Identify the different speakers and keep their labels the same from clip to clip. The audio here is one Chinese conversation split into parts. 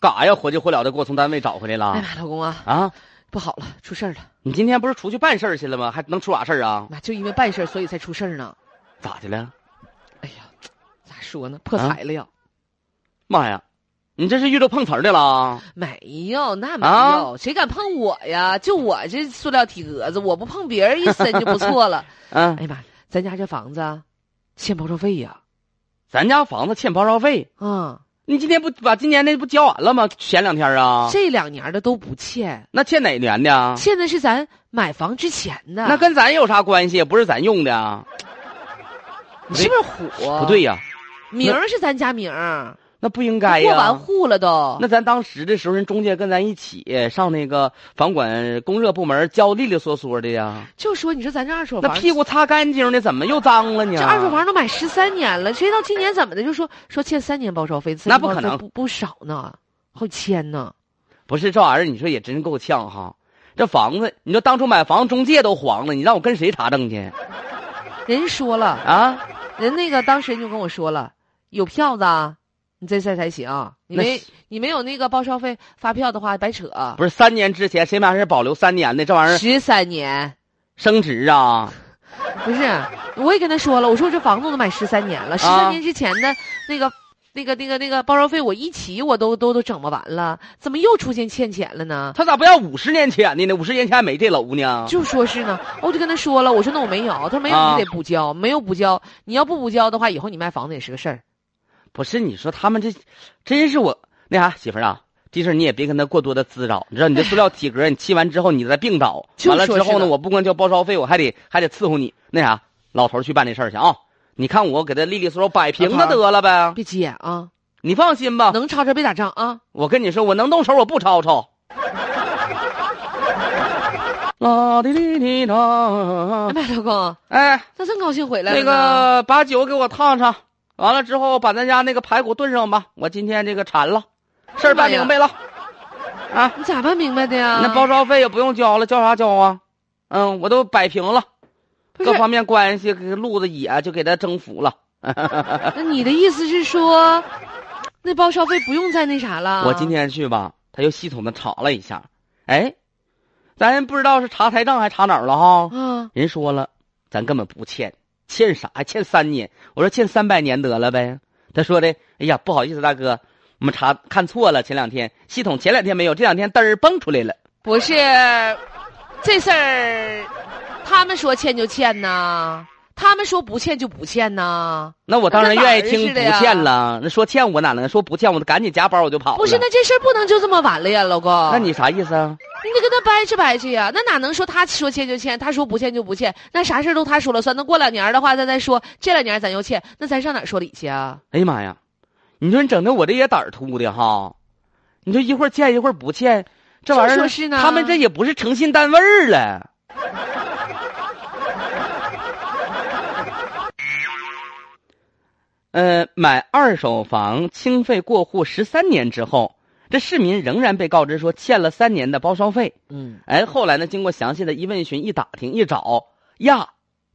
Speaker 1: 干啥呀？火急火燎的给我从单位找回来
Speaker 2: 哎呀
Speaker 1: 了
Speaker 2: 妈，老公啊，
Speaker 1: 啊！
Speaker 2: 不好了，出事儿了！
Speaker 1: 你今天不是出去办事儿去了吗？还能出啥事儿啊？
Speaker 2: 妈，就因为办事儿所以才出事儿呢。
Speaker 1: 咋的了？
Speaker 2: 哎呀，咋说呢？破
Speaker 1: 啊
Speaker 2: 财了呀？
Speaker 1: 妈呀，你这是遇到碰瓷儿的了？
Speaker 2: 没有，那没
Speaker 1: 啊
Speaker 2: 有，谁敢碰我呀？就我这塑料体格子，我不碰别人一身就不错 了。
Speaker 1: 嗯、
Speaker 2: 哎呀妈，咱家这房子啊欠包装费呀、
Speaker 1: 咱家房子欠包装费，
Speaker 2: 嗯，
Speaker 1: 你今天不把今年的不交完了吗？前两天啊，
Speaker 2: 这两年的都不欠，
Speaker 1: 那欠哪年的啊？
Speaker 2: 欠的是咱买房之前的。
Speaker 1: 那跟咱有啥关系？不是咱用的啊？
Speaker 2: 你是不是虎？
Speaker 1: 不对，呀、
Speaker 2: 名儿是咱家名儿，
Speaker 1: 那不应该
Speaker 2: 过
Speaker 1: 呀、
Speaker 2: 完户了都。
Speaker 1: 那咱当时的时候，人中介跟咱一起上那个房管供热部门交利利索索的呀，
Speaker 2: 就说你说咱这二手
Speaker 1: 那
Speaker 2: 房，
Speaker 1: 屁股擦干净的，怎么又脏了呢？
Speaker 2: 这二手房都买十三年了，谁知道今年怎么的？就说说欠三年包装费，
Speaker 1: 那不可
Speaker 2: 三年包
Speaker 1: 能
Speaker 2: 装费不不少呢，好几千呢。
Speaker 1: 不是这玩意儿，你说也真够呛哈。这房子，你说当初买房中介都黄了，你让我跟谁查证去
Speaker 2: 人家说了，
Speaker 1: 啊？
Speaker 2: 人那个当时人就跟我说了，有票子啊，你这才才行。你
Speaker 1: 那
Speaker 2: 没
Speaker 1: 是
Speaker 2: 你没有那个包装费发票的话，白扯。
Speaker 1: 不是三年之前，谁买是保留三年的这玩意儿
Speaker 2: 十三年
Speaker 1: 升值啊？
Speaker 2: 不是，我也跟他说了，我说我这房子我都买十三年了，十三
Speaker 1: 啊
Speaker 2: 年之前的那个、那个、那个、那个包装费，我一起我都都都整不完了，怎么又出现欠钱了呢？
Speaker 1: 他咋不要五十年前的呢？五十年前还没这楼呢。
Speaker 2: 就说是呢，我就跟他说了，我说那我没有，他说没有
Speaker 1: 啊
Speaker 2: 你得补交，没有补交，你要不补交的话，以后你卖房子也是个事儿。
Speaker 1: 不是，你说他们这，真是我那啥媳妇儿啊，这事儿你也别跟他过多的滋扰。你知道你这塑料体格，你气完之后你再病倒，
Speaker 2: 就
Speaker 1: 完了
Speaker 2: 说
Speaker 1: 之
Speaker 2: 是
Speaker 1: 后呢，
Speaker 2: 呢
Speaker 1: 我不光交包烧费，我还得还得伺候你。那啥，老头儿去办这事儿去啊！你看我给他利利索索摆平他
Speaker 2: 老头
Speaker 1: 得了呗，
Speaker 2: 别急眼啊，
Speaker 1: 你放心吧。
Speaker 2: 能吵吵别打仗啊！
Speaker 1: 我跟你说，我能动手，我不 吵吵。啦滴滴滴
Speaker 2: 哎
Speaker 1: 答，
Speaker 2: 妈，老公，
Speaker 1: 哎，
Speaker 2: 那真高兴回来了
Speaker 1: 啊那
Speaker 2: 呢。
Speaker 1: 个把酒给我烫上，完了之后把咱家那个排骨炖上吧。我今天这个馋了，事儿办明白了，啊，
Speaker 2: 你咋办明白的呀？
Speaker 1: 那包烧费也不用交了，交啥交啊？嗯，我都摆平了，
Speaker 2: 不是
Speaker 1: 各方面关系跟路子也就给他征服了。
Speaker 2: 那你的意思是说，那包烧费不用再那啥了？
Speaker 1: 我今天去吧，他又系统的查了一下，哎，咱不知道是查财账还查哪儿了哈。
Speaker 2: 啊，
Speaker 1: 人说了，咱根本不欠，欠啥？哎欠三年？我说欠三百年得了呗。他说的，哎呀，不好意思，大哥，我们查看错了，前两天系统前两天没有，这两天嘚儿蹦出来了。
Speaker 2: 不是，这事儿，他们说欠就欠呐，他们说不欠就不欠呐。
Speaker 1: 那我当然
Speaker 2: 那哪儿
Speaker 1: 愿意听
Speaker 2: 似
Speaker 1: 不
Speaker 2: 的呀
Speaker 1: 欠了。那说欠我哪能说不欠我？赶紧夹包我就跑了。
Speaker 2: 不是，那这事儿不能就这么完了呀，老公。
Speaker 1: 那你啥意思啊？
Speaker 2: 你得跟他掰扯掰扯呀，那哪能说他说欠就欠，他说不欠就不欠？那啥事儿都他说了算。那过两年的话，咱再说，这两年咱又欠，那咱上哪儿说理去啊？
Speaker 1: 哎呀妈呀，你说你整的我这也胆儿突的哈，你说一会儿欠一会儿不欠，这玩意
Speaker 2: 就
Speaker 1: 儿
Speaker 2: 说是呢
Speaker 1: 他们这也不是诚信单位儿了。呃，买二手房清费过户十三年之后，这市民仍然被告知说欠了三年的包烧费。
Speaker 2: 嗯，
Speaker 1: 哎，后来呢，经过详细的一问询、一打听、一找呀，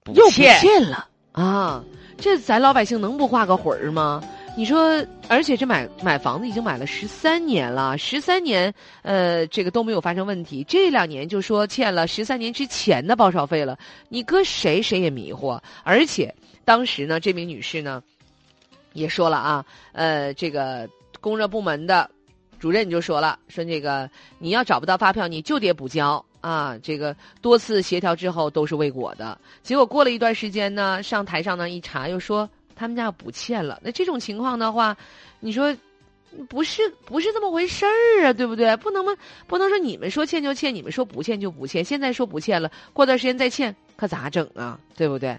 Speaker 1: 不
Speaker 2: 又不
Speaker 1: 欠
Speaker 2: 欠了啊！这咱老百姓能不画个魂儿吗？你说，而且这买买房子已经买了十三年了，十三年，呃，这个都没有发生问题。这两年就说欠了十三年之前的报少费了，你搁谁谁也迷惑。而且当时呢，这名女士呢，也说了啊，呃，这个供热部门的主任就说了，说这个你要找不到发票，你就得补交啊。这个多次协调之后都是未果的，结果过了一段时间呢，上台上呢一查，又说他们家补欠了。那这种情况的话，你说不是不是这么回事儿啊，对不对？不能嘛，不能说你们说欠就欠，你们说不欠就不欠，现在说不欠了，过段时间再欠，可咋整啊？对不对？